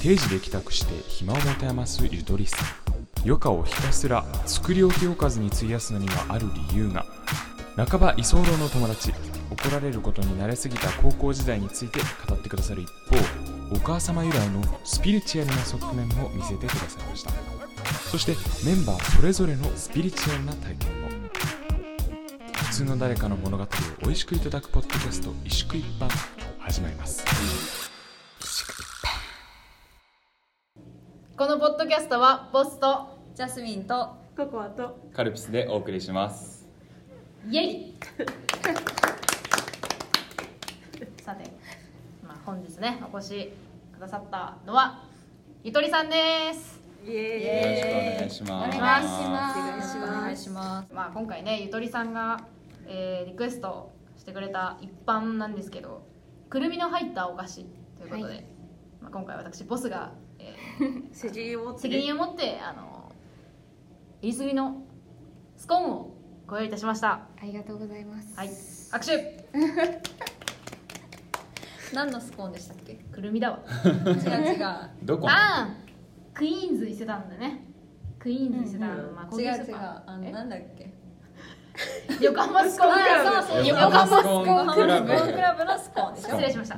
定時で帰宅して暇を持て余すゆとりさん余暇をひたすら作り置きおかずに費やすのにはある理由が半ば居候の友達怒られることに慣れすぎた高校時代について語ってくださる一方お母様由来のスピリチュアルな側面も見せてくださいましたそしてメンバーそれぞれのスピリチュアルな体験も普通の誰かの物語を美味しくいただくポッドキャスト「一宿一般」始まりますこのポッドキャストはボスとジャスミンとココアとカルピスでお送りしますイエ イさて、まあ、本日ねお越しくださったのはゆとりさんです、イエーイエーイよろしくおお願いし願いしますおお願願いいししますまあ、今回ねゆとりさんが、えーリクエストしてくれた一般なんですけどくるみの入ったお菓子ということで、はいまあ、今回私ボスが、え責任を 持っーて責任を持ってあのえりすぐりのスコーンをご用意いたしましたありがとうございますはい握手何のスコーンでしたっけ違くるみだわう違うどこあークイーンズ伊勢丹だねクイーンズ伊勢丹、うんうんまあ、違う違高級スうーパあのえなんだっけー横浜スコーンクラあそうそう横浜スココ横浜スコーンクラブのスコーンでしブょ失礼しました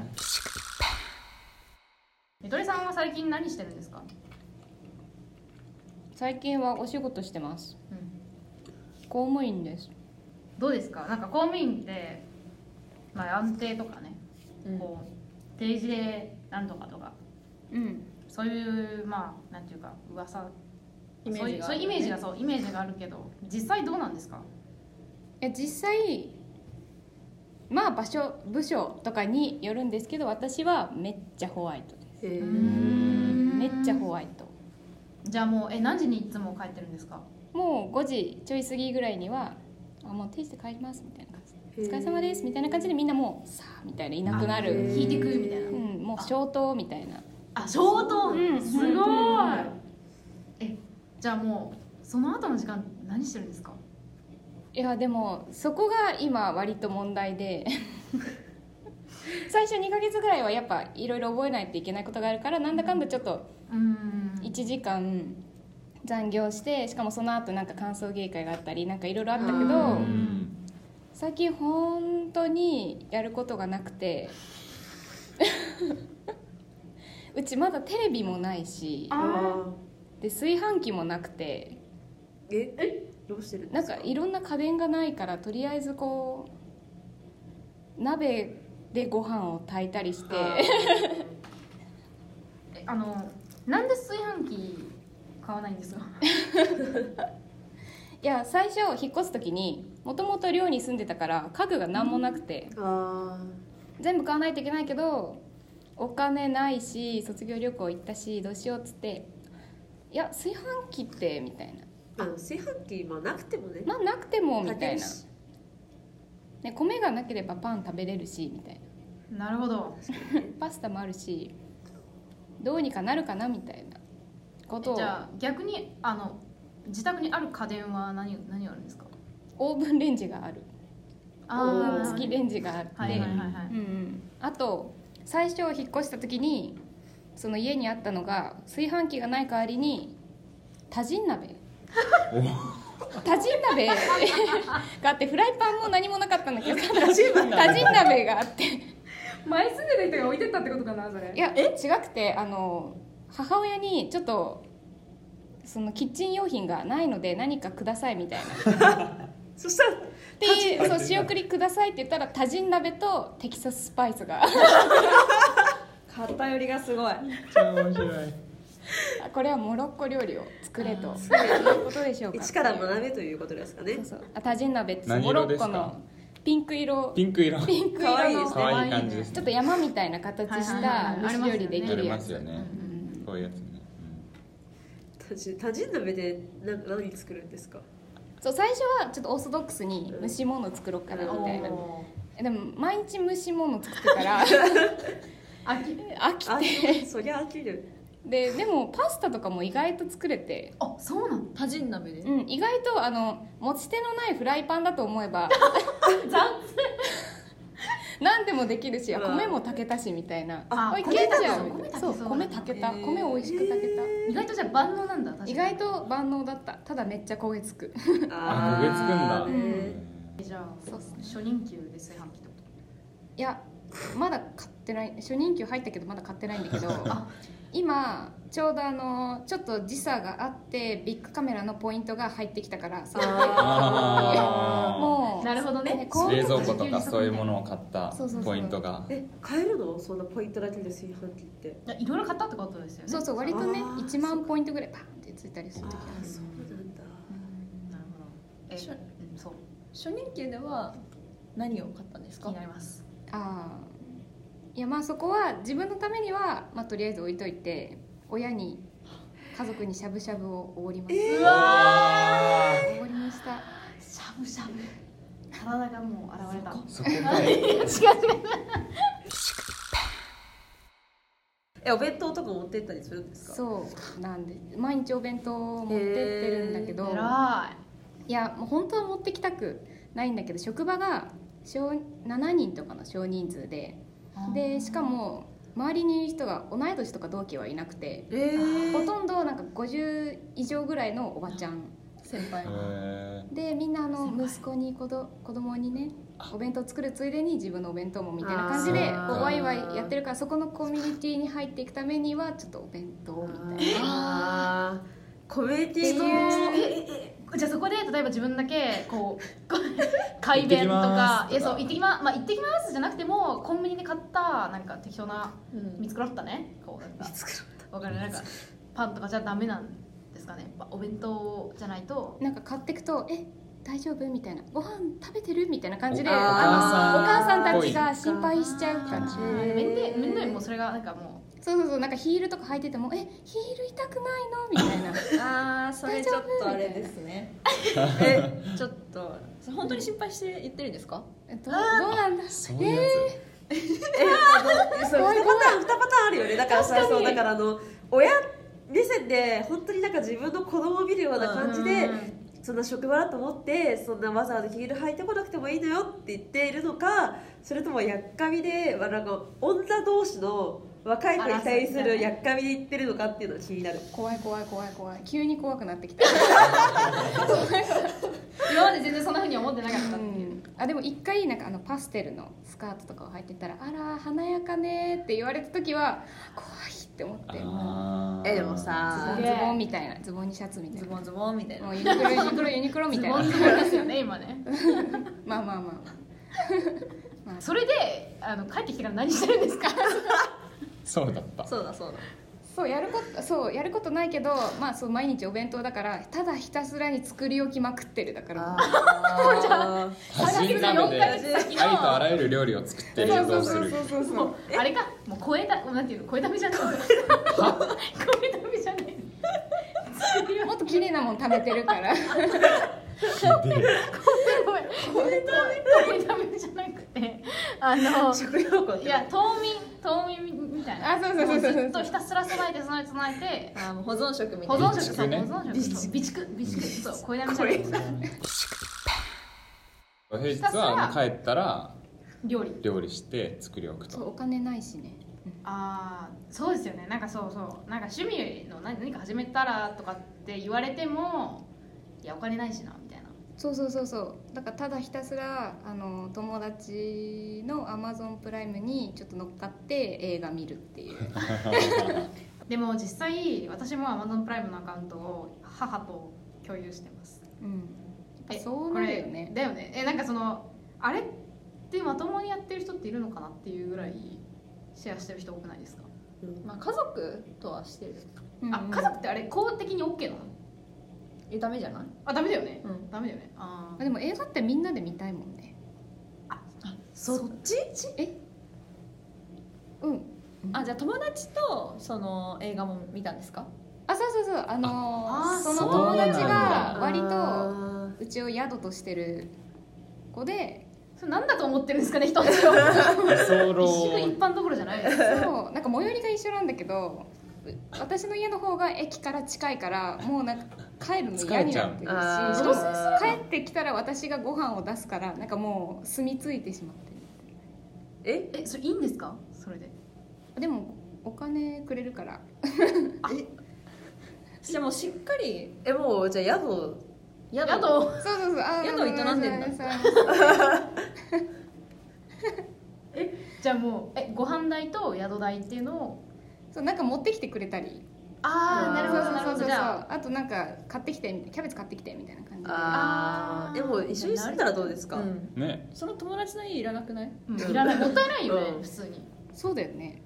ゆとりさんは最近何してるんですか、最近はお仕事してますうん、公務員ですどうですかなんか公務員って、まあ、安定とかね、うんこう定時でなんとかとかうんそういうまあなんていうか噂イメそうーいジうがそういうイメージがそうイメージがあるけど実際どうなんですかいや実際まあ場所部署とかによるんですけど私はめっちゃホワイトですえめっちゃホワワイトじゃあもうえ何時にいつも帰ってるんですかもう5時ちょい過ぎぐらいにはあもう定時で帰りますみたいな感じーお疲れ様ですみたいな感じでみんなもうさあみたいないなくなへーる引いてくみたいなうんもう消灯みたいなあ消灯、うんすごい、うんえじゃあもうその後の時間何してるんですかいやでもそこが今割と問題で 最初2ヶ月ぐらいはやっぱいろいろ覚えないといけないことがあるからなんだかんだちょっとうーん1時間残業してしかもその後なんか歓送迎会があったりなんかいろいろあったけうどん最近本当にやることがなくて うちまだテレビもないしああで炊飯器もなくてーええどうしてるんなですんかかいろんな家電がないからとりあえずこう鍋でご飯を炊いたりしてえあのなんで炊飯器買わないんですかいや最初引っ越す時にもともと寮に住んでたから家具が何もなくて、 あ全部買わないといけないけどお金ないし卒業旅行行ったしどうしようっつっていや炊飯器ってみたいなーあの炊飯器まあなくてもねまあなくてもみたいな、炊ね、米がなければパン食べれるしみたいな なるほどパスタもあるしどうにかなるかなみたいなことをじゃあ逆にあの自宅にある家電は何何があるんですかオーブンレンジがあるああ月レンジがあって、はいはいはいはいうんうん、あと最初引っ越した時にその家にあったのが炊飯器がない代わりに多人鍋多人鍋があってフライパンも何もなかったんだけどただ多人鍋があってい前住んでた人が置いてったってことかなそれや違くてあの母親にちょっとそのキッチン用品がないので何かくださいみたいなそしたらっていうそう仕送りくださいって言ったら多人鍋とテキサススパイスが偏りがすごい面白いあこれはモロッコ料理を作れごといいうことでしょうか一から学べということですかねそうそうあ多人鍋ってそう何モ色ロでッすかコのピンク色ピンク色ピンク可愛い色でのす可愛い感じですちょっと山みたいな形しはいはたいはいはい蒸し料理でときあるりやまつすよねうんこういうやつね多人多人鍋でな何作るんですかそう最初はちょっとオーソドックスに蒸し物作ろうかなみたいなおーでも毎日蒸し物作ってたらあき飽きあてそりゃ飽きるででもパスタとかも意外と作れてあそうなの多人鍋でうん、意外とあの持ち手のないフライパンだと思えば残何でもできるし、あうん米も炊けたしみたいな。あおい、けんちゃん米みた炊けいな。そそうう、米炊けへた、ー米美味しく炊けた。意外とじゃあ万能なんだ確かに意外と万能だった。ただめっちゃ焦げつく。あ焦げつくんだ、あーねじゃあそうっすね初任給で炊飯器ってこといや、まだ買ってない、初任給入ったけど、まだ買ってないんだけど。あ今、ちょうどあの、ちょっと時差があって、ビッグカメラのポイントが入ってきたから。そあーうもう。なるほどねこう冷蔵庫とかそういうものを買ったそうそうそうポイントがえ買えるのそんなポイントだけで炊飯器っていやいろいろ買ったってことですよねそうそう、割とね、あー1万ポイントぐらいパンってついたりする時ある。あそうなんだなるほどえしょうんそう初任給では何を買ったんです気かになりますあーいやまあそこは自分のためには、まあ、とりあえず置いといて親に家族にしゃぶしゃぶをおごります、えわおごりましたしゃぶしゃぶ体がもう現れたそこかいえお弁当とか持ってったりするんですかそうなんで毎日お弁当を持ってってるんだけど、偉いやもう本当は持ってきたくないんだけど職場が少7人とかの少人数でいでしかも周りにいる人が同い年とか同期はいなくてえーほとんどなんか50以上ぐらいのおばちゃん先輩へーでみんなあの先輩息子に子ど子供にねお弁当作るついでに自分のお弁当もみたいな感じであーこうワイワイやってるからそこのコミュニティに入っていくためにはちょっとお弁当みたいあなーコミュニティのじゃあそこで例えば自分だけこうこう改便とか行ってきますとかいやそう行ってきままあ行ってきますじゃなくてもコンビニで買ったなんか適当なうん見つくらったねこうなんかわかるなんかパンとかじゃダメなんですかねやっぱお弁当じゃないとなんか買ってくと「え大丈夫?」みたいな「ご飯食べてる?」みたいな感じでおあのお母母ささんんたちっが心配しちゃう感感じじへー面倒い面倒いもうそれがなんかもそうそうそうなんかヒールとか履いてても「えヒール痛くないの?」みたいなああそれちょっとあれですねえちょっとそれ本当に心配して言ってるんですかえっとどうなんだそういうやえあのそう怖い2パターン2パターンあるよねだからさ確かそにうだからあの親目線で本当になんか自分の子供を見るようなう感じでそんな職場だと思ってそんなわざわざヒール履いてこなくてもいいのよって言っているのかそれともやっかみで、まあ、なんか女同士の若い子に対するやっかみで言ってるのかっていうのが気になる怖い怖い怖い怖い急に怖くなってきた今まで全然そんなふうに思ってなかったってういうんあでも一回なんかあのパステルのスカートとかを履いてたら「あら華やかね」って言われた時は怖いって思ってもうつえでもーさズボンズボンみたいなズボンにシャツみたいズなボンズボンみたいもなうユニクロユニクロユニクロみズたいボンなズボンですよね今ねまあまあまあそれであの帰ってきてから何してるんですかそうだったそうだそうだそうやることそうやることないけどまあそう毎日お弁当だからただひたすらに作り置きまくってるだからあー端っこでありとあらゆる料理を作って冷そ蔵うすそうるそうそうそうあれかもう超えたもうなんていうの超えた目じゃない超えた目じゃないもっと綺麗なもん食べてるからひでえごめん超えた目じゃなくてあの食用庫っていや冬眠冬眠みたいなあそうそうそうそうもずっとひたすら備えて備えて備えてあーもう保存食み保たいな存食さ、備蓄ね保存食そう備蓄備蓄 そう小枝みたいな平日はもう帰ったら料理料理して作り置くそうとお金ないしねああそうですよねなんかそうそうなんか趣味の何何か始めたらとかって言われてもいやお金ないしなみたいなそうそうそうそうだからただひたすらあの友達のアマゾンプライムにちょっと乗っかって映画見るって いうでも実際私も Amazon プライムのアカウントを母と共有してますうんやっえぱそうなるよねこれだよねえなんかそのあれってまともにやってる人っているのかなっていうぐらいシェアしてる人多くないですか、まあ家族とはしてるうんあ家族ってあれ公的に OK なのえダメじゃないあダメだよね、うんダメだよねあでも映画ってみんなで見たいもんねそっちうんあじゃあ友達とその映画も見たんですかあそうそうそうあのああそのそうな友んだ達が割とあーうちを宿としてる子でそれなんだと思ってるんですかね人たちは 居候一部一般どころじゃないですそうなんか最寄りが一緒なんだけどう私の家の方が駅から近いからもうなんか帰るの嫌になってるしあーしかも帰ってきたら私がご飯を出すからなんかもう住み着いてしまってるええそれいいんですかそれででもお金くれるからじゃあもうしっかりえもうじゃあ宿宿そうそうそうあー宿を営んでんだごめなさいじゃあもうえご飯代と宿代っていうのをそうなんか持ってきてくれたりあーなるほどそうそうそうそうじゃああとなんか買ってきてみキャベツ買ってきてみたいな感じであああーでも一緒に住んだらどうですか、うんねその友達の家いらなくないうんいらないもったいないよね、うん普通にそうだよね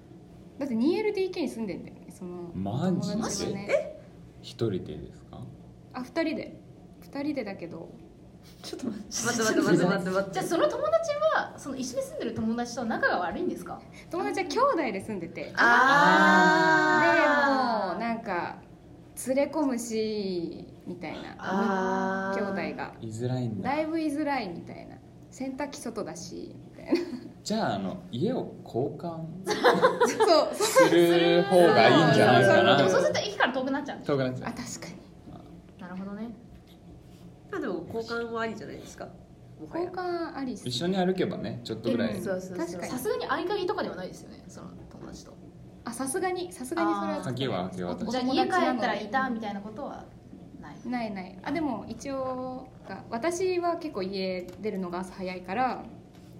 だって 2LDK に住んでんだよねそのマジで友達とね一人でですかあ二人で二人でだけどちょっと待って待って待って待って 待っじゃてあ待ってその友達はその一緒に住んでる友達と仲が悪いんですか友達は兄弟で住んでてでもうあーなんか連れ込むしみたいなあ兄ー弟が居づらいんだだいぶ居づらいみたいな洗濯機外だしみたいなじゃああの家を交換そうそうする方がいいんじゃないかでもそうすなると駅から遠くなっちゃうんでしょ遠くなっちゃあう確かになるほどねあでも交換はありじゃないですかもはや交換ありっすね一緒に歩けばねちょっとぐらいそうそうそう確かにさすがに合鍵とかではないですよねその友達とあさすがにさすがにそれは鍵は明け渡お友しじゃあ達家帰ったなのでらいたみたいなことはないないないあでも一応が私は結構家出るのが朝早いから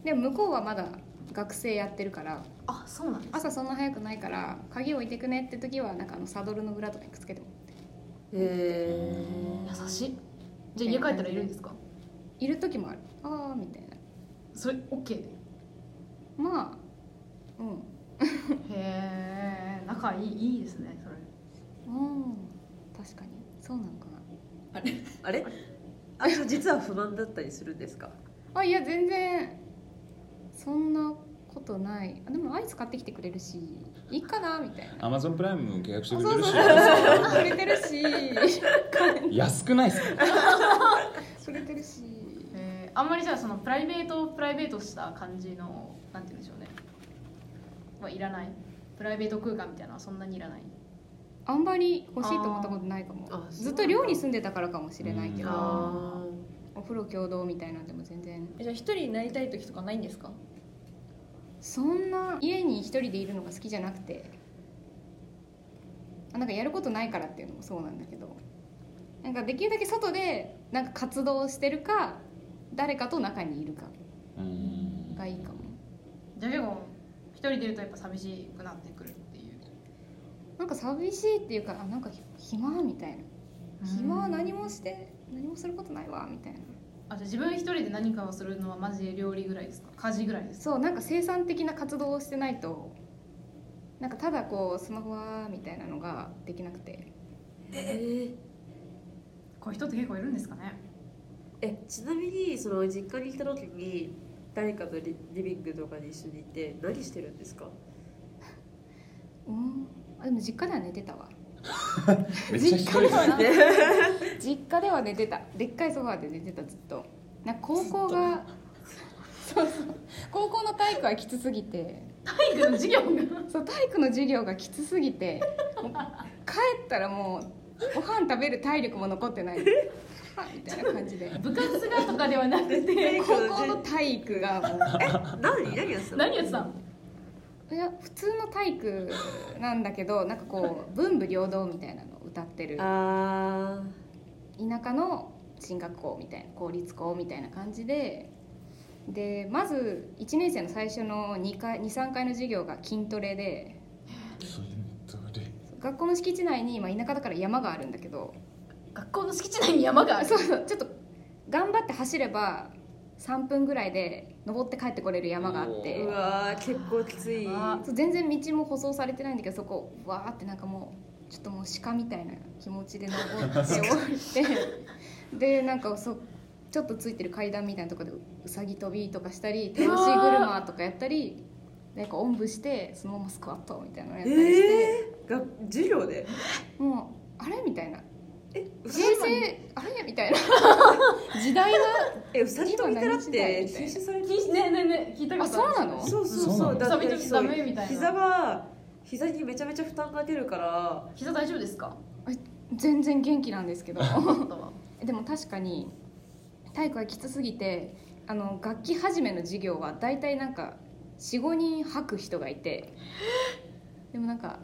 でも向こうはまだ学生やってるからあそうなんだ朝そんな早くないから鍵置いてくねって時はなんかあのサドルの裏とかにくっつけてもへえ優しいじゃあ家帰ったらいるんですかいる時もあるああみたいなそれ OK へまあうんえ仲いいいいですねそれうん確かにそうなのかなあれあと実は不満だったりするんですかあいや全然そんなことないあでもアイス買ってきてくれるしいいかなみたいなアマゾンプライム契約してそうくそれうるそうしくれてるし安くないっすかくれてるしえーあんまりじゃあそのプライベートをプライベートした感じのなんて言うんでしょうねはいらないプライベート空間みたいなのはそんなにいらないあんまり欲しいと思ったことないかもあそうずっと寮に住んでたからかもしれないけうどんあお風呂共同みたいなんでも全然えじゃあ一人になりたい時とかないんですかそんな家に一人でいるのが好きじゃなくてあなんかやることないからっていうのもそうなんだけどなんかできるだけ外でなんか活動してるか誰かと中にいるかうんがいいかもじゃあ結構一人出るとやっぱ寂しくなってくるっていうなんか寂しいっていうかあなんかひ暇みたいな暇何もして何もすることないわみたいなあじゃあ自分一人で何かをするのはマジで料理ぐらいですか家事ぐらいですかそうなんか生産的な活動をしてないとなんかただこうスマホはみたいなのができなくてえこういう人って結構いるんですかねえちなみにその実家に来た時に誰かのリリビングとかに一緒にいて何してるんですかうんあでも実家では寝てたわめっちゃ一人です 実家では寝てたでっかいソファーで寝てたずっとなんか高校がそうそう高校の体育はきつすぎて体育の授業がそう体育の授業がきつすぎてもう帰ったらもうご飯食べる体力も残ってないあみたいな感じで 部活がとかではなくて高校の体育がもう何何やってたの何やってたのいや普通の体育なんだけどなんかこう文武両道みたいなのを歌ってる田あ舎の進学校みたいな公立校みたいな感じででまず1年生の最初の23回の授業が筋トレで学校の敷地内に、まあ、田舎だから山があるんだけど学校の敷地内に山があるそうそうちょっと頑張って走れば3分ぐらいで登って帰ってこれる山があっーてうわー結構きついあそう全然道も舗装されてないんだけどそこをわーってなんかもうちょっともう鹿みたいな気持ちで登って降りてでなんかそちょっとついてる階段みたいなところでうさぎ跳びとかしたり手押し車とかやったりなんかおんぶしてそのままスクワットみたいなのやったりして、えー、が授業でもうあれみたいなえうさ平成あれみたいな時代がえうさぎ飛びからっ今何時代てみたい禁な止されてる禁止ねえねえねえ聞いたこあとそうなのそうそうそうそうなのだってうさぎ飛びダメみたいな膝が膝にめちゃめちゃ負担が出るから膝大丈夫ですか全然元気なんですけど本当はでも確かに体育はきつすぎてあの楽器始めの授業は大体なんか45人吐く人がいてでもなんか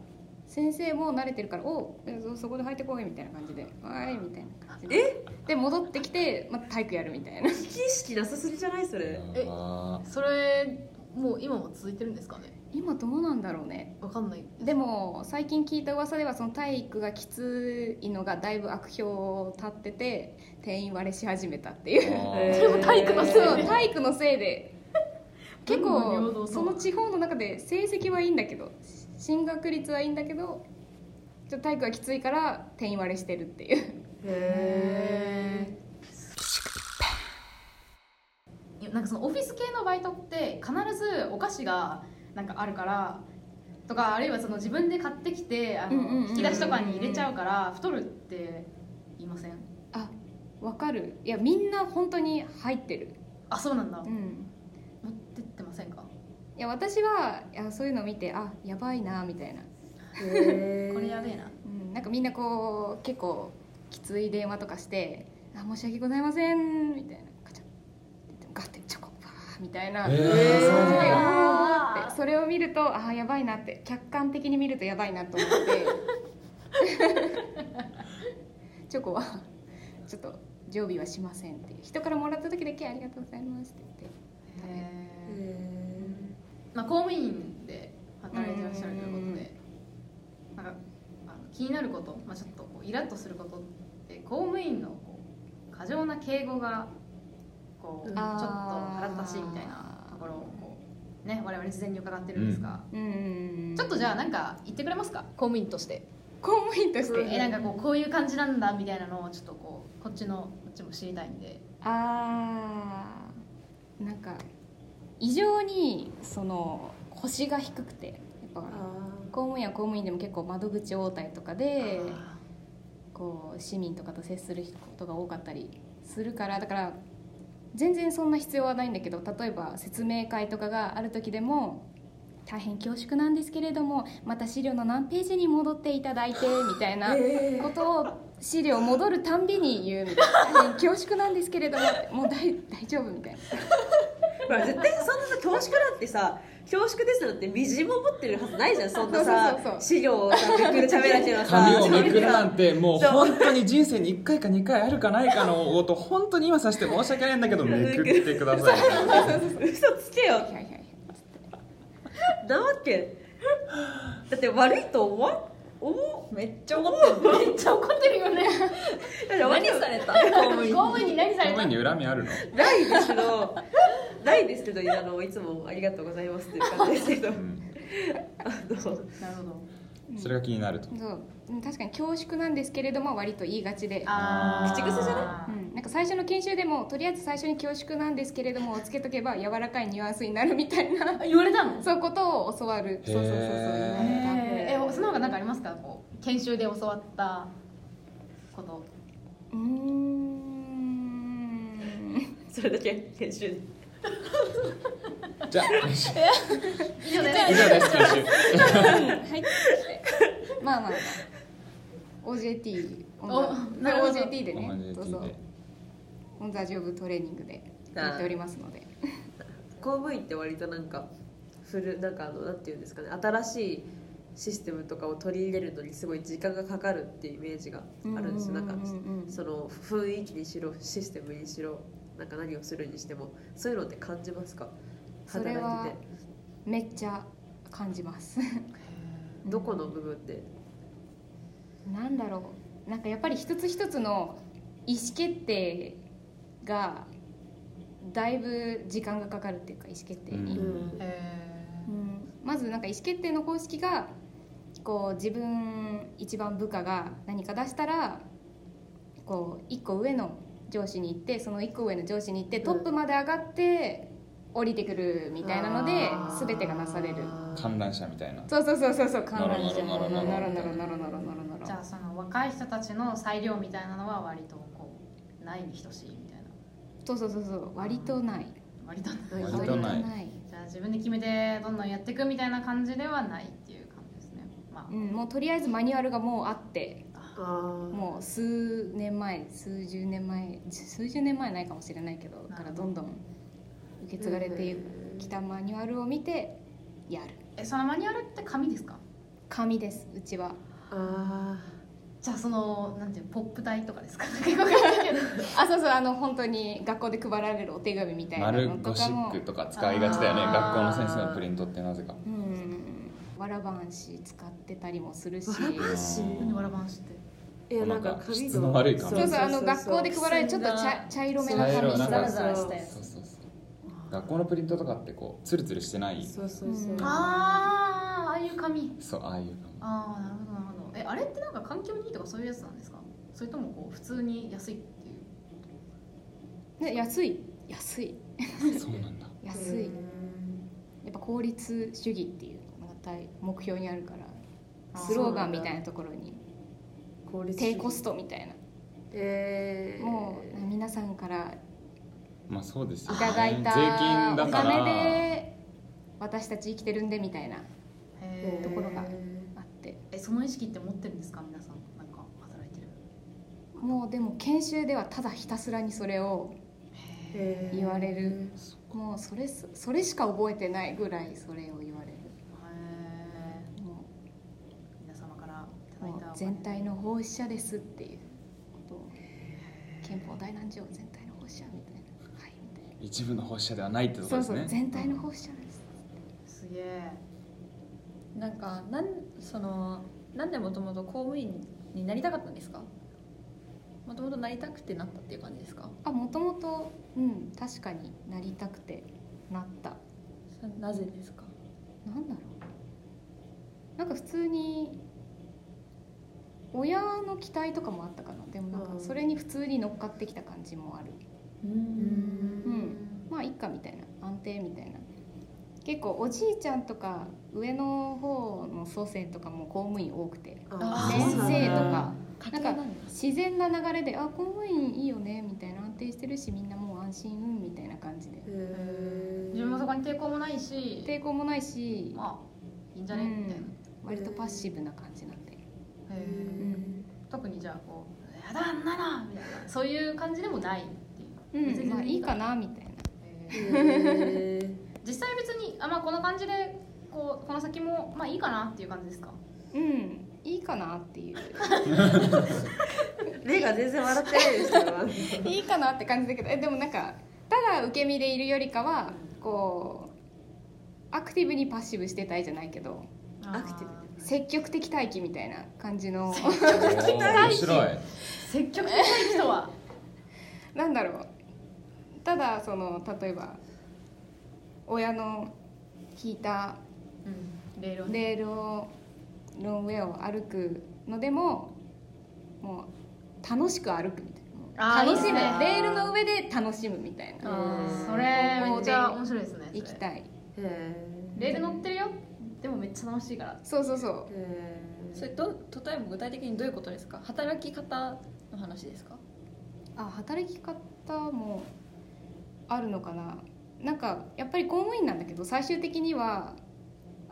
先生も慣れてるから「おうそそこで吐いてこい」みたいな感じで「おい」みたいな感じでえで戻ってきて、まあ、体育やるみたいな危機意識なさすぎじゃないそれえあそれもう今も続いてるんですかね今どうなんだろうねわかんないでも最近聞いた噂ではその体育がきついのがだいぶ悪評を立ってて定員割れし始めたっていうーえーそれも体育のせいそう体育のせいで結文武両構道その地方の中で成績はいいんだけど進学率はいいんだけどちょっと体育はきついから定員割れしてるっていうへいやなんかそのオフィス系のバイトって必ずお菓子がなんかあるからとかあるいはその自分で買ってきてあのうんうんうんうん引き出しとかに入れちゃうから太るって言いません あわかるいやみんな本当に入ってるあそうなんだう持んってってませんかいや私はいやそういうのを見てあやばいなみたいな、えこれやべえなうん、なんかみんなこう結構きつい電話とかして「あ申し訳ございません」みたいなガチャでもガッてチョコバーみたいな、えーそうそういうのなんだがあってそれを見るとああやばいなって客観的に見るとやばいなと思って チョコはちょっと常備はしませんっていう人からもらった時だけ「ありがとうございます」って言って食べるまあ、公務員で働いてらっしゃるということでなんかあの気になること、まあ、ちょっとこうイラッとすることって公務員のこう過剰な敬語がこうちょっとあー腹立たしいみたいなところをこう、ね、我々事前に伺ってるんですが、うんちょっとじゃあなんか言ってくれますか公務員として、公務員として、えなんかこうこういう感じなんだみたいなのをちょっとこうこっちのこっちも知りたいんであーなんか異常にその腰が低くてやっぱ公務員は公務員でも結構窓口応対とかであこう市民とかと接することが多かったりするからだから全然そんな必要はないんだけど例えば説明会とかがある時でも「大変恐縮なんですけれどもまた資料の何ページに戻っていただいて」みたいなことを資料戻るたんびに言うみたいな「大変恐縮なんですけれどももう大大丈夫」みたいな。ほら絶対そんなさ恐縮なんてさ恐縮ですなんてみじんも持ってるはずないじゃんそんなそうそうそうそさう資料をさめくるためだけのさ髪をめくるなんてもうそう本当に人生に1回か2回あるかないかのこと本当に今さして申し訳ないんだけどめくってください嘘つけよいやいやいやなわけだって悪いと思わ思めっちゃ怒ってるーめっちゃ怒ってるよねうだって悪い何よされた公務員に何され公た務員に恨みあるのないですけどないですけどあのいつもありがとうございますっていう感じですけどうんあのなるほどそれが気になるとそううん確かに恐縮なんですけれども割と言いがちであー口癖じゃなうん、なんか最初の研修でもとりあえず最初に恐縮なんですけれどもをつけとけば柔らかいニュアンスになるみたい なあ言われたのそういうことを教わるそうそうそうそうへー言われたえーえその他何かありますかこう研修で教わったことうーん それだけ研修でじゃあ 以上以上ですです研修はいまあまあ、まあ、OJT オンザおなるほど OJT でね同じそう聞そいうてオンザジョブトレーニングでやっておりますので公務員って割となんか古なんかあのなんていうんですかね新しいシステムとかを取り入れるのにすごい時間がかかるっていうイメージがあるんですよなんかうんその雰囲気にしろシステムにしろなんか何をするにしてもそういうのって感じますかそれ働はいててめっちゃ感じますどこの部分でなんだろうなんかやっぱり一つ一つの意思決定がだいぶ時間がかかるっていうか意思決定に、うんえうんまずなんか意思決定の方式がこう自分一番部下が何か出したらこう一個上の上司に行ってその一個上の上司に行ってトップまで上がって降りてくるみたいなのであー全てがなされる観覧車みたいなそうそうそうそうそう観覧車なのるほろどのなるほどろのろのろのろのーろじゃあその若い人たちの裁量みたいなのは割とこうないに等しいみたいなそうそうそうそう割とない割と割とないじゃあ自分で決めてどんどんやっていくみたいな感じではないっていう感じですねまうん、もうとりあえずマニュアルがもうあってあーもう数年前数十年前数十年前ないかもしれないけどだからどんどん受け継がれてい来たマニュアルを見てやるえそのマニュアルって紙ですか紙ですうちはあじゃあそのなんていうのポップ台とかですかなんかよくわかんないけど あそうそうあの本当に学校で配られるお手紙みたいな丸のとゴシかッもクとか使いがちだよねあー学校の先生のプリントってなぜかうんわらばんし使ってたりもするしわらばんし何わらばんしていやなんなかんか紙質の悪い感じそうそうあの学校で配られるちょっとそう茶茶色めの茶色紙なザんラかザラしたやつそうそうそう学校のプリントとかってこうツルツルしてないそうそうそううんああああいう紙そうああいう のああなるほどなるほどえあれってなんか環境にいいとかそういうやつなんですかそれともこう普通に安いっていうね安い安いそうなんだ安いやっぱ効率主義っていうのが大目標にあるからスローガンみたいなところに効率主義低コストみたいなえー、もう皆さんからまあそうですよいねただいた税金だおから金で私たち生きてるんでみたいなへところがえあってえその意識って持ってるんですか皆さんなんか働いてるもうでも研修ではただひたすらにそれをーえー言われるもうそれすそれしか覚えてないぐらいそれを言われへるえも皆様からいただういもうたお金全体の奉仕者ですっていうことを憲法第何条全体の奉仕者みたいなはいみたいな一部の放射ではないってとこそうですそうね全体の奉仕者ですすげえなんかなんそのなんでもともと公務員になりたかったんですかもともとなりたくてなったっていう感じですかあもともとうん確かになりたくてなったそれなぜですかなんだろうなんか普通に親の期待とかもあったかなでもなんうかんそれに普通に乗っかってきた感じもあるううんんうんまあいっかみたいな安定みたいな結構おじいちゃんとか上の方の祖先とかも公務員多くてあ先ー生とか家庭なんです自然な流れで「あ公務員いいよね」みたいな安定してるしみんなもう安心うんみたいな感じでへー自分もそこに抵抗もないし抵抗もないしまあいいんじゃねみたいな割とパッシブな感じなんでへうえん特にじゃあこう「やだんなの!」みたいなそういう感じでもないっていううんまあいいかなみたいなへえへー実際別にあまあこんな感じでこうこの先もまあいいかなっていう感じですかうんいいかなっていう目が全然笑ってないです けどいいかなって感じだけどえでもなんかただ受け身でいるよりかはこうアクティブにパッシブしてたいじゃないけどアクティブ積極的待機みたいな感じのおー面白い積極的な人は なんだろうただその例えば親の引いたうんレールをレールをの上を歩くのでももう楽しく歩くみたいあなー楽しいいむですねレールの上で楽しむみたいなあーそれめっちゃ面白いですねそれ行きたいへレール乗ってるよでもめっちゃ楽しいからそうそうそうーへーそれど例えば具体的にどういうことですか働き方の話ですかあ働き方もあるのかななんかやっぱり公務員なんだけど最終的には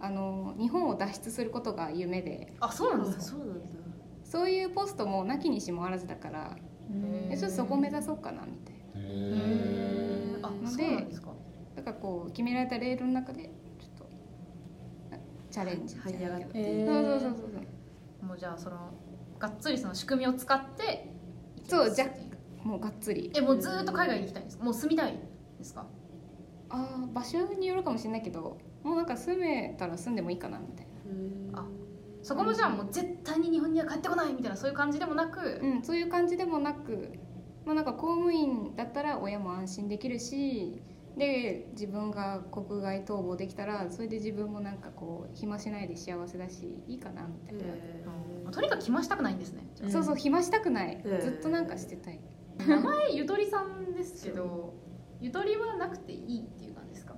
あの日本を脱出することが夢であそうなんであすかそうなんだそういうポストもなきにしもあらずだからへえちょっとそこ目指そうかなみたいなへへえーあのでそうなんですかだからこう決められたレールの中でちょっとあチャレンジじゃないけどはいはい上がってへそうーそうそうそうもうじゃあそのがっつりその仕組みを使ってそうじゃもうがっつりえもうずーっと海外に行きたいんですかもう住みたいですかあー場所によるかもしれないけどもうなんか住めたら住んでもいいかなみたいうんあそこもじゃあもう絶対に日本には帰ってこないみたいなそういう感じでもなくな、うん、そういう感じでもなく、まあ、なんか公務員だったら親も安心できるしで自分が国外逃亡できたらそれで自分もなんかこう暇しないで幸せだしいいかなみたいな、へーとにかく来ましたくないんですねじゃあそうそうう暇したくない、うんずっとなんかしてたい名 前ゆとりさんですけどゆとりはなくていいっていう感じですか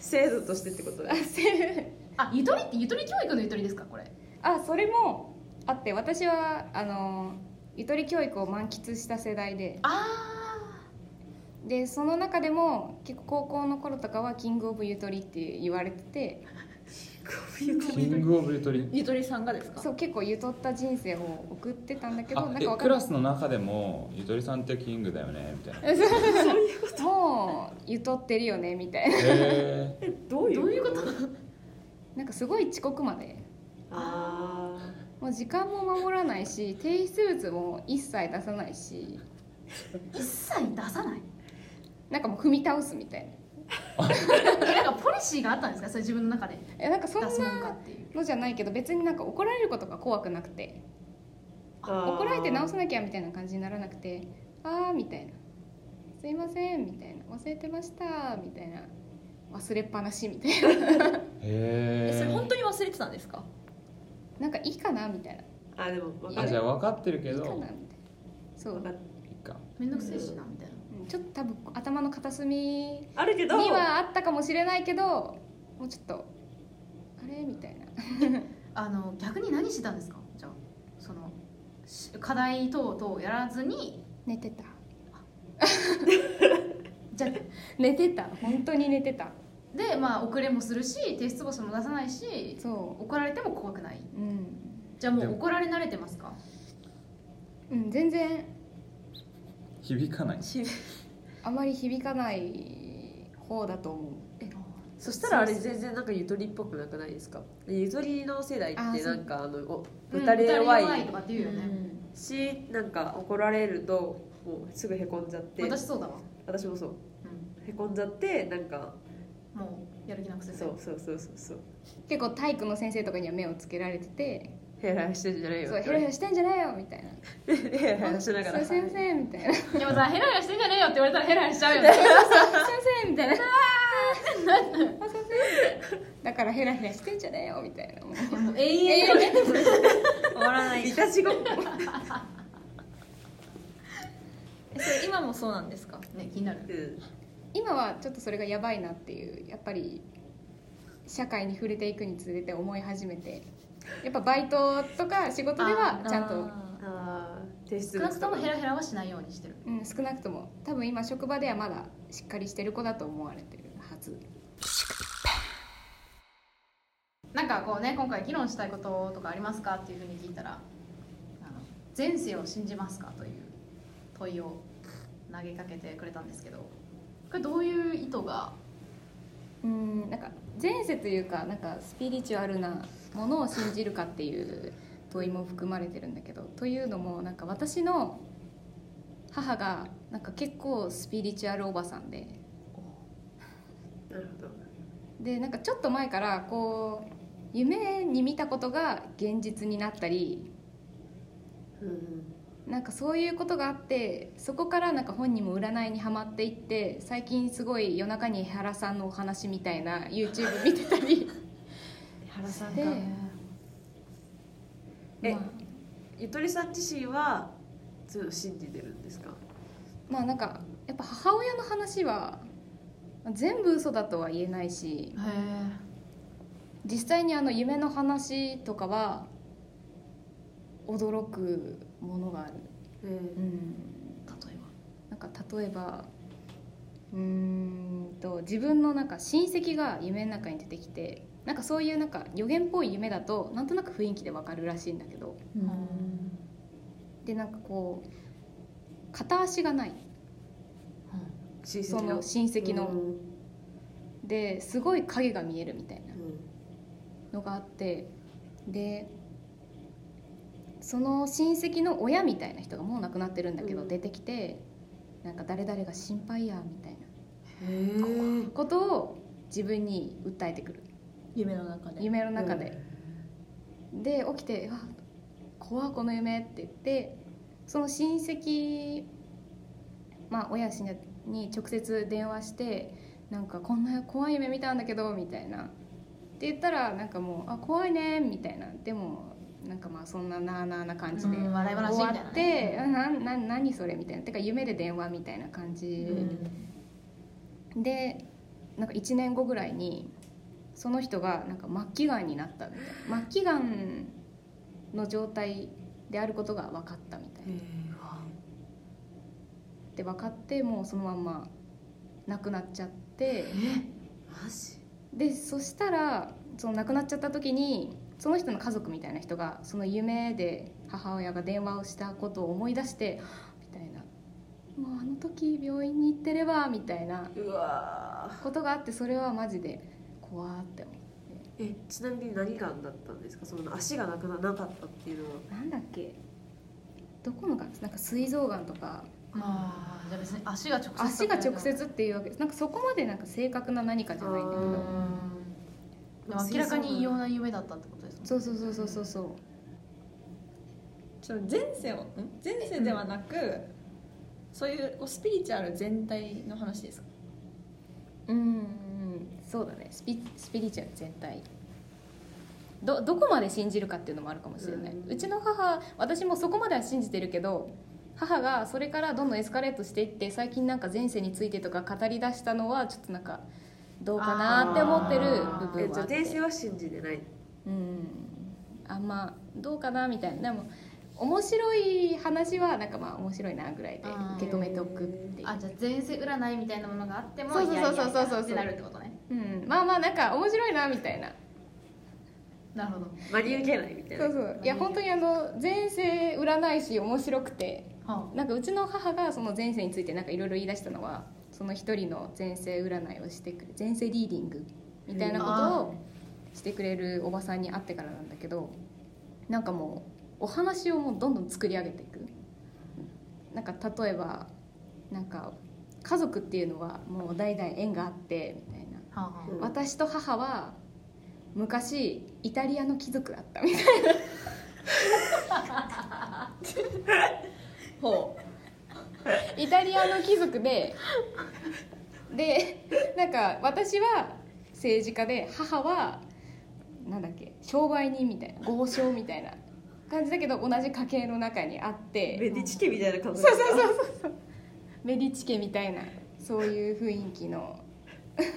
制度としてってことだあせあゆとりってゆとり教育のゆとりですかこれあそれもあって私はあのゆとり教育を満喫した世代であでその中でも結構高校の頃とかはキングオブゆとりって言われててキングオブゆとりゆとりさんがですかそう結構ゆとった人生を送ってたんだけどあなんえかわかクんなラいスの中でもゆとりさんってキングだよねみた いなへもうゆとってるよねみたいな ええどういうどういうことなんかすごい遅刻までああもう時間も守らないし提出物も一切出さないし一切出さないなんかもう踏み倒すみたいなえなんかポリシーがあったんですかそれ自分の中でえなんかそん出すもんなかっていうのじゃないけど別になんか怒られることが怖くなくて怒られて直さなきゃみたいな感じにならなくてあーみたいな「すいません」みたいな「忘れてました」みたいな忘れっぱなしみたいな えそへれ本え当に忘れてたんですかなんかいいかなみたいな「あでも分かあるじゃあ分かってるけいいどかないみたいなそ分うかるいかめんどくせえしなみたいなうんちょっと多分頭の片隅あるけどにはあったかもしれないけどもうちょっとあれみたいな あの逆に何してたんですかじゃあそのし課題等々やらずに寝てた じゃあ寝てた本当に寝てたでまあ遅れもするし提出物も出さないしそ怒られても怖くないううん、じゃあもでうも怒られ慣れてますかうん、全然響かないあまり響かない方だと思うそしたらあれ全然なんかゆとりっぽくなくないですかゆとりの世代ってなんかあのおうんぶたれ弱ぶたれいとかって言うよね、しなんか怒られるともうすぐへこんじゃって私そうだわ、私もそううへこんじゃってなんかん、もうやる気なくせてそうそうそうそうそう結構体育の先生とかには目をつけられててヘラヘラしてんじゃない「よそうヘラヘラしてんじゃないよ」みたいなヘラヘラしなが「そうら先生」みたいな「でもさヘラヘラしてんじゃねえよって言われたらヘラヘラしちゃうよね先生」みたいな「あーあ先生」だからヘラヘラしてんじゃねえよみたいなもうもう永遠に終わらないいたちごっこえそれ今もそうなんですかね気になるうん今はちょっとそれがやばいなっていうやっぱり社会に触れていくにつれて思い始めてやっぱバイトとか仕事ではちゃんと、あー提少出なくともヘララヘラはしないようにしてるうん、少なくとも多分今職場ではまだしっかりしてる子だと思われてるはずなんかこうね今回議論したいこととかありますかっていうふうに聞いたらあの前世を信じますかという問いを投げかけてくれたんですけどこれどういう意図がうんなんか前世というかなんかスピリチュアルなものを信じるかっていう問いも含まれてるんだけどというのもなんか私の母がなんか結構スピリチュアルおばさんでなるほどでなんかちょっと前からこう夢に見たことが現実になったりうんなんかそういうことがあってそこからなんか本人も占いにはまっていって最近すごい夜中に江原さんのお話みたいな YouTube 見てたり原さで、えまあ、ゆとりさん自身はそう信じてるんですかまあなんかやっぱ母親の話は全部嘘だとは言えないしへえ実際にあの夢の話とかは驚くものがある。うんうん例えなんか例えばうーんと自分のなんか親戚が夢の中に出てきてなんかそういうなんか予言っぽい夢だとなんとなく雰囲気でわかるらしいんだけどうんでなんかこう片足がない親そ戚のの親戚うのんですごい影が見えるみたいなうんのがあってでその親戚の親みたいな人がもう亡くなってるんだけうどん出てきてなんか誰々が心配やみたいなへえことを自分に訴えてくる夢の中で夢の中で、で起きて「あ怖いこの夢」って言ってその親戚まあ親死んだに直接電話して「なんかこんな怖い夢見たんだけど」みたいなって言ったらなんかもう「あ怖いね」みたいなでもなんかまあそんななあなあな感じで。ば笑い話終みわたいな、っね、て「あなな何それ」みたいなてか夢で電話みたいな感じでなんか1年後ぐらいにその人がなんか末期がんになったみたいな末期がんの状態であることが分かったみたいなで分かってもうそのまんま亡くなっちゃってマジでそしたらその亡くなっちゃった時にその人の家族みたいな人がその夢で母親が電話をしたことを思い出してみたいな「もうあの時病院に行ってれば」みたいなうわことがあってそれはマジで怖ーって思うーえちなみに何がんだったんですかその足がなくななかったっていうのはなんだっけどこのがんなんか膵臓がんとかああじゃあ別に足が直接足が直接っていうわけですなんかそこまでなんか正確な何かじゃないんだけうどんでも明らかに異様な夢だったってことですもんねそうそうそうそうそうそうちょっと前世をん前世ではなく、そういうこうスピリチュアル全体の話ですかうんうんそうだねスピスピリチュアル全体どどこまで信じるかっていうのもあるかもしれない、ううちの母私もそこまでは信じてるけど母がそれからどんどんエスカレートしていって最近なんか前世についてとか語り出したのはちょっとなんかどうかなって思ってる部え分じゃはああって転生は信じてないうんあんまどうかなみたいなでも面白い話はなんかまあ面白いなぐらいで受け止めておくっていうあじゃあ前世占いみたいなものがあってもそうそうそうそうそういやそういやいやってなるってことねうん、まあまあなんか面白いなみたいななるほど真に受けないみたいそなうそういや本当にあの前世占い師面白くてはなんかうちの母がその前世についてなんかいろいろ言い出したのはその一人の前世占いをしてくれ前世リーディングみたいなことをしてくれるおばさんに会ってからなんだけどなんかもうお話をもうどんどん作り上げていくなんか例えばなんか家族っていうのはもう代々縁があってみたいなあ、はうん私と母は昔イタリアの貴族だったみたいなほうイタリアの貴族ででなんか私は政治家で母はなんだっけ商売人みたいな豪商みたいな感じだけど同じ家系の中にあってメディチ家みたいな感じそうそうそうそうそうメディチ家みたいなそういう雰囲気の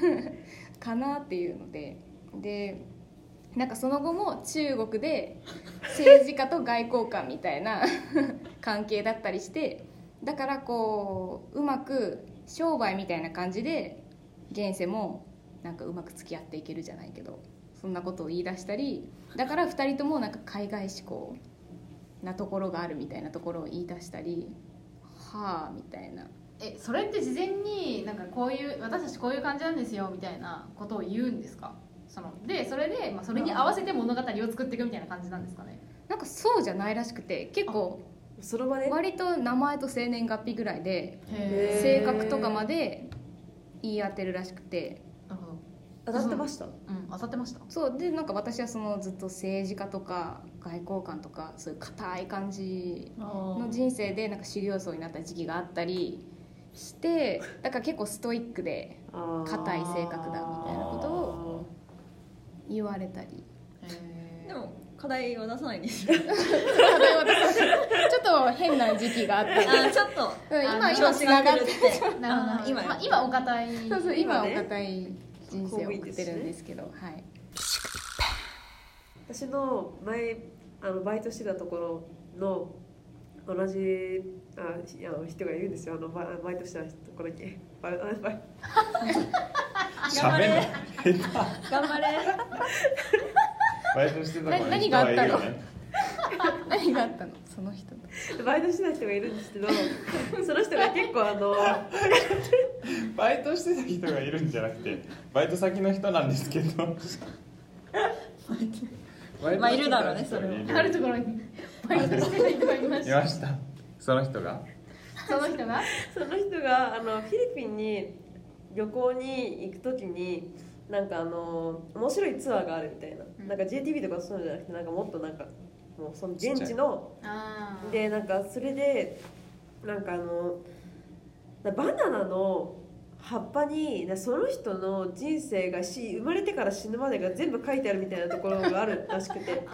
かなっていうのででなんかその後も中国で政治家と外交官みたいな 関係だったりしてだからこううまく商売みたいな感じで現世もなんかうまく付き合っていけるじゃないけどそんなことを言い出したりだから2人ともなんか海外志向なところがあるみたいなところを言い出したりはあみたいなえそれって事前になんかこういう私たちこういう感じなんですよみたいなことを言うんですかそのでそれで、まあ、それに合わせて物語を作っていくみたいな感じなんですかねなんかそうじゃないらしくて結構その場で割と名前と生年月日ぐらいでへー性格とかまで言い当てるらしくてなるほど当たってましたうん当たってましたそうでなんか私はそのずっと政治家とか外交官とかそういう硬い感じの人生でなんか修行僧になった時期があったりしてだから結構ストイックで硬い性格だみたいなことを言われたりへでーも課題を出さないんですただ私ちょっと変な時期があってあちょっとうん今あ今つながっなてるほどなるほ ど今今,、まあ、今お堅いそうそう今は今ねお堅い人生を送ってるんですけどはい私の前あのバイトしてたところの同じあひあの人がいるんですよあのババイトしてたところにバイあバイ喋んない頑張れバイトしてた子にな何があったの人はいるよね何があったの その人とバイトしてた人がいるんです けどその人が結構あのバイトしてた人がいるんじゃなくてバイト先の人なんですけどバイト まあいるだろうねそれはあるところにバイトしてる人がいましいましたその人がたその人がその人があのフィリピンに旅行に行く時になんかあの面白いツアーがあるみたいな,、うんなんか JTB とかそういうのじゃなくてなんかもっとなんかもうその現ちっちゃ地いのあーでなんかそれでなんかあのなバナナの葉っぱになその人の人生がし生まれてから死ぬまでが全部書いてあるみたいなところがあるらしくて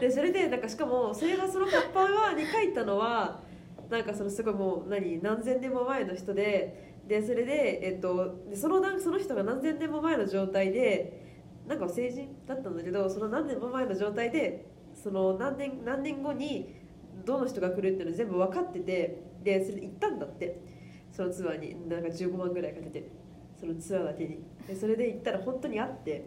でそれでなんかしかもそれがその葉っぱはに書いたのはなんかそのすごいもう何何千年も前の人ででそれで,、えっと、でそのなんその人が何千年も前の状態でなんか成人だったんだけどその何年も前の状態でその何年何年後にどの人が来るっていうの全部分かっててでそれ行ったんだってそのツアーになんか15万ぐらいかけてそのツアーだけにでそれで行ったら本当にあって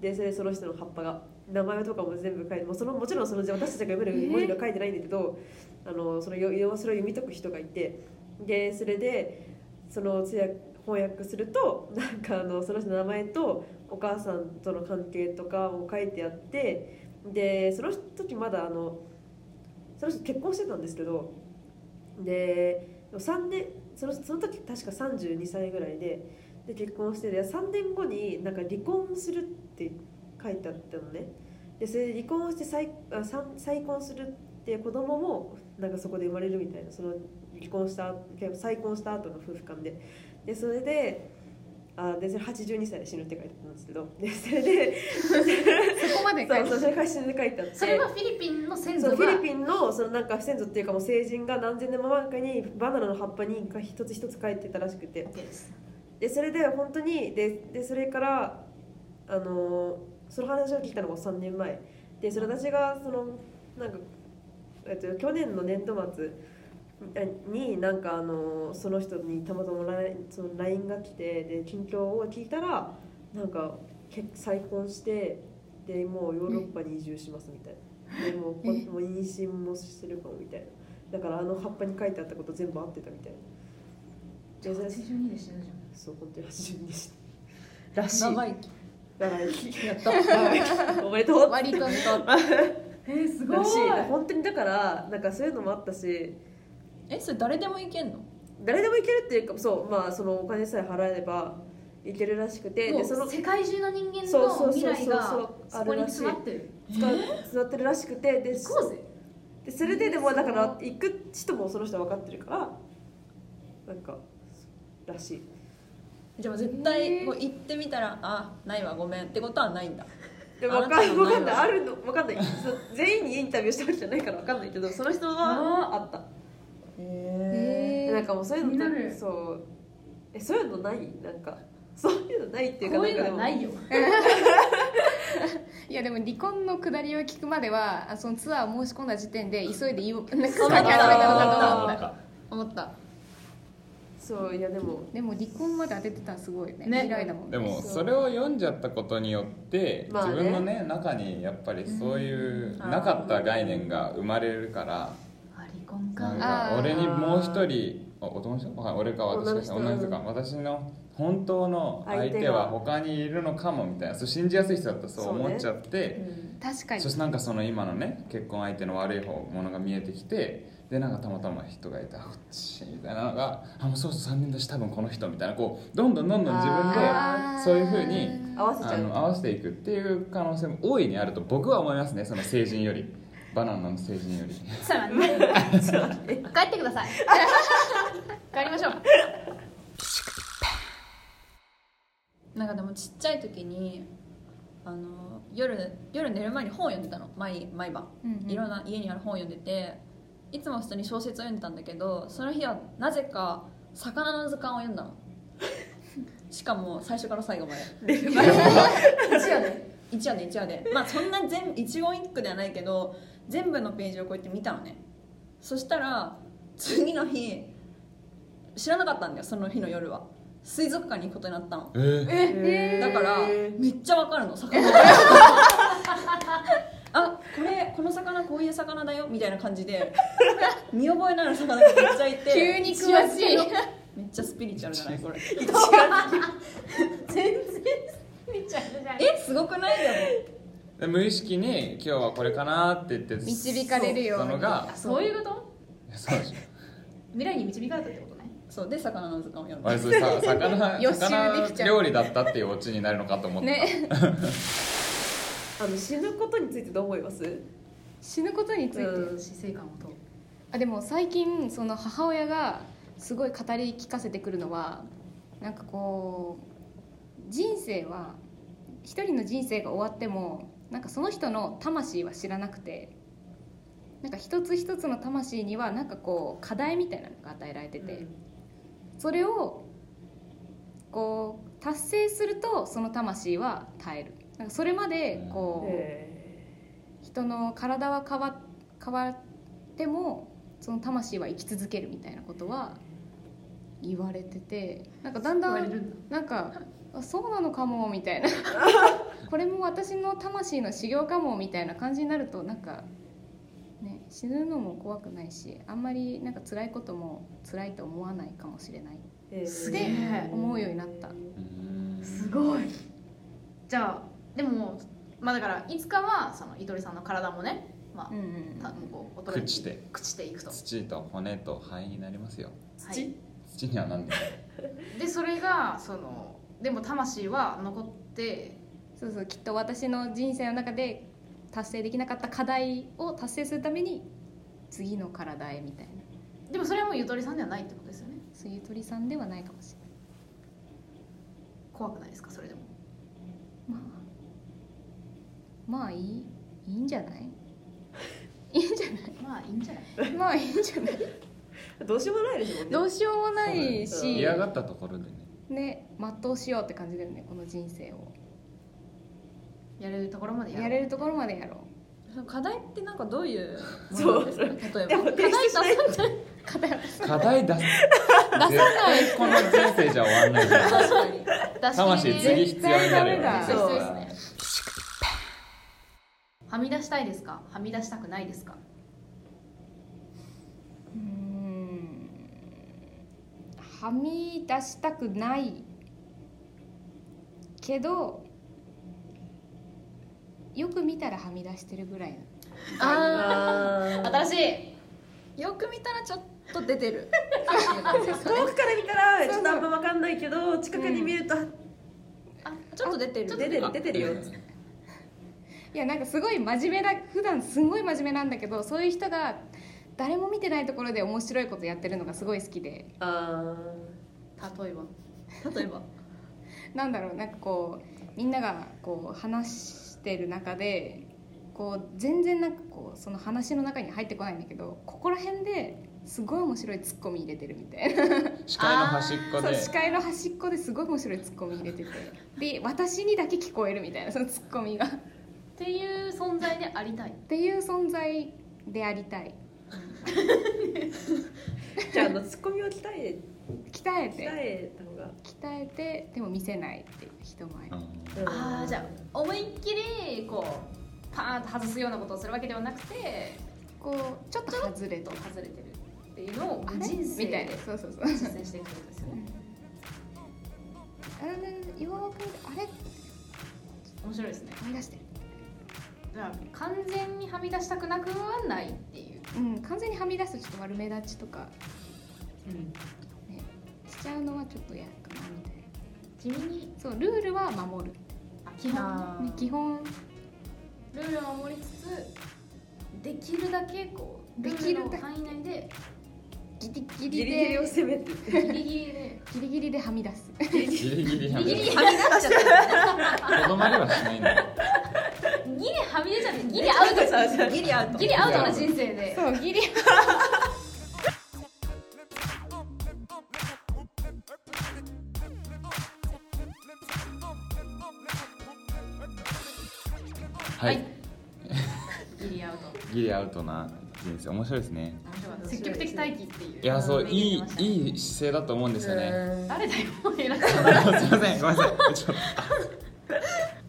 でそれでその人の葉っぱが名前とかも全部書いてもうそのもちろんその字私たちが読める文字が書いてないんだけど、あのそのよ様子を読み解く人がいてでそれでその通訳翻訳するとなんかあのその人の名前とお母さんとの関係とかを書いてあってでその時まだあのその人結婚してたんですけどで3年そのその時確か32歳ぐらいでで結婚してで3年後になんか離婚するって書いてあったのねでそれで離婚して再あ再再婚するって子供もなんかそこで生まれるみたいなその離婚した再婚した後の夫婦間ででそれであでそれ82歳で死ぬって書いてあったんですけどでそれで そこまで書いてあそうるそうそれから死ぬって書いてあってそれはフィリピンの先祖そうがフィリピンのそのなんか先祖っていうかもう成人が何千年も前かにバナナの葉っぱに一つ一つ書いてたらしくて OK ですでそれで本当にででそれからあのーその話を聞いたのが3年前でそれ私がそのなんか、えっと、去年の年度末になんかあのーその人にたまたま LINE その LINE が来てで近況を聞いたらなんか結再婚してでもうヨーロッパに移住しますみたいなでもうこえもう妊娠もしてるかもみたいなだからあの葉っぱに書いてあったこと全部合ってたみたいな。でそれ82で死ぬじゃそう本当に初めてしたらしい長生き長生きやったおめでとう割とねんえー、すごいらしい本当にだからなんかそういうのもあったしえそれ誰でもいけんの誰でもいけるっていうかそうまあそのお金さえ払えばいけるらしくてもでうその世界中の人間そうそのうそう未来そうがそうそこに詰まってる使う座ってるらしくてで行こうぜでそれででもだから行く人もその人は分かってるからなんからしいじゃあ絶対こう行ってみたらあないわごめんってことはないんだであわなかたのんわかなんないいわあるのわかんないそう全員にインタビューしたわけじゃないからわかんないけどその人はあったへえーなんかもうそういうの気になるそうえそういうのないなんか そういうのないっていうかこういうのんはかないよいやでも離婚のくだりを聞くまではあそのツアーを申し込んだ時点で急いで言おうなんか書き始めたのかなんとか思った思ったそういやでもでも離婚まで当ててたのすごいねね未来だもんでねもそれを読んじゃったことによってまあ自ね分のね中にやっぱりそういうなかった概念が生まれるからあ離婚なんかかあー俺にもう一人あ男の人はい俺か私か女の女の人人か私の本当の相手は他にいるのかもみたいなそう信じやすい人だったらそう思っちゃって。確かにそしてなんかその今のね結婚相手の悪い方ものが見えてきてでなんかたまたま人がいたこっちみたいなのがあもうそうそう3年だし多分この人みたいなこうどんどんどんどん自分であーそういう風に合わせちあゃうの合わせていくっていう可能性も大いにあると僕は思いますねその成人よりバナナの成人よりそうだね 帰ってください帰りましょうなんかでもちっちゃい時にあの夜夜寝る前に本読んでたの毎毎晩、うんうんいろんな家にある本読んでていつも普通に小説を読んでたんだけどその日はなぜか魚の図鑑を読んだ のしかも最初から最 後まで 一夜で一話で一話でまあそんな全一言一句ではないけど全部のページをこうやって見たのねそしたら次の日知らなかったんだよその日の夜は水族館に行くことになったのえー、えだからめっちゃわかるの魚あこれこの魚こういう魚だよみたいな感じで見覚えのある魚がめっちゃいて急に詳しい一夜漬けのめっちゃスピリチュアルじゃないこれ全然見ちゃうじゃんえすごくないでもで無意識に今日はこれかなって言って導かれるようにそのがあそういうこといやそうでし ょ未来に導かれたってことねそうで魚の図鑑を読んあだれそれさ予魚習できちゃ魚う料理だったっていうオチになるのかと思った、ねあの死ぬことについてどう思います 死ぬことについて、うん死生観を問うあでも最近その母親がすごい語り聞かせてくるのはなんかこう人生は一人の人生が終わってもなんかその人の魂は知らなくてなんか一つ一つの魂にはなんかこう課題みたいなのが与えられてて、それをこう達成するとその魂は耐えるなんかそれまでこう、え人の体は変わ変わってもその魂は生き続けるみたいなことは言われててなんかだんだ言われるんんなんかあそうなのかも みたいなこれも私の魂の修行かもみたいな感じになるとなんか、ね、死ぬのも怖くないしあんまりなんか辛いことも辛いと思わないかもしれないっえーすげてえ思うようになったすごいじゃあでもまあだからいつかはそのいとりさんの体もね、まうんうんあ、たこう朽ちて朽ちていくと、は土と骨と灰になりますよい、土にはなんでも でそれがそのでも魂は残ってそうそうきっと私の人生の中で達成できなかった課題を達成するために次の体へみたいなでもそれはもうゆとりさんではないってことですよねそういう鳥さんではないかもしれない。怖くないですかそれでもまあまあいいいいんじゃない いいんじゃまあいいんじゃないないまあいいんじゃないどうしようもないですもんねどうしようもないそうだよし嫌がったところでねね全うしようって感じだよねこの人生をやれるところまでやろやうれるところまでやろう課題ってなんかどういうそう例えばでも提出しない課題 出す絶対この人生じゃ終わんない じゃん確かに出し切魂り次で必要になるよ絶対ダメだそうそうそうですはみ出したいですかはみ出したくないですかうーんはみ出したくないけどよく見たらはみ出してるぐらいああ新しいいよく見たらちょっと出てるー遠くから見たらちょっとあんま分かんないけど近くに見るとちょっと出てる出てる出てるよいやなんかすごい真面目だ普段すごい真面目なんだけどそういう人が誰も見てないところで面白いことやってるのがすごい好きであ例えば例 えばなんだろうなんかこうみんながこう話してる中でこう全然なんかこうその話の中に入ってこないんだけどここら辺ですごい面白いツッコミ入れてるみたいな視界の端っこそうで視界の端っこですごい面白いツッコミ入れててで私にだけ聞こえるみたいなそのツッコミが。っっていう存在でありたいていう存在でありたいーじゃああのツッコミを鍛え鍛え鍛てえた方が鍛えてでも見せないっていう人前うんああじゃあ思いっきりこうパーンと外すようなことをするわけではなくてこうちょっと外れちょとっと外れてるっていうのをあれ人生みたいなでそうそうそう実践していくってことですよねあれよーく見てあれ面白いですね思い出してるじゃあ完全にはみ出したくなくはないっていう、うん完全にはみ出すとちょっと悪目立ちとかしちゃうのはちょっと嫌かなみたいな地味にそうルールは守る、あ基本ね、基本ルールを守りつつできるだけこうででききるるだけ範囲内でギリギギリリギリをで攻めてギリギリでギリギリではみ出すギリギリはみ出すはみ出しちゃっとどまりは しないんだよてギリはみ出ちゃってギリアウトギリアウトギリアウトな人生でそうギリはいギリアウトギリアウトな人生面白いですね積極的待機っていういやそういいいいい姿勢だと思うんですよね誰だよ偉すいそうませんごめんなさいちょっと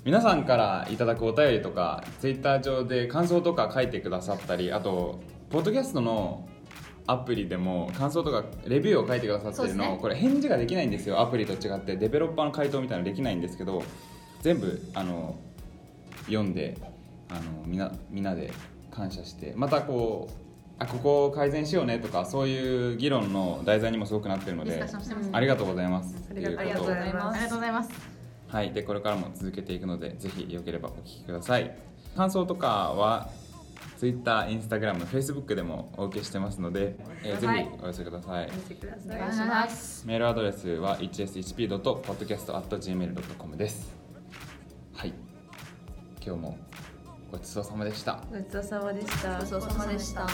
皆さんからいただくお便りとかツイッター上で感想とか書いてくださったりあとポッドキャストのアプリでも感想とかレビューを書いてくださってそるのうですねこれ返事ができないんですよアプリと違ってデベロッパーの回答みたいなのできないんですけど全部あの読んであのみんなみんなで感謝してまたこうあここを改善しようねとかそういう議論の題材にもすごくなってるのディスでカッションしてますねありがとうございますありがとうっていことをありがとうございますありがとうございますはい、でこれからも続けていくのでぜひよければお聞きください感想とかは Twitter、Instagram、Facebook でもお受けしてますので、えーぜはいひお寄せください見てくだおさい願いしますメールアドレスは hshp.podcast.gmail.com ですはい今日もごちそうさまでしたごちそうさまでしたごちそうさまでした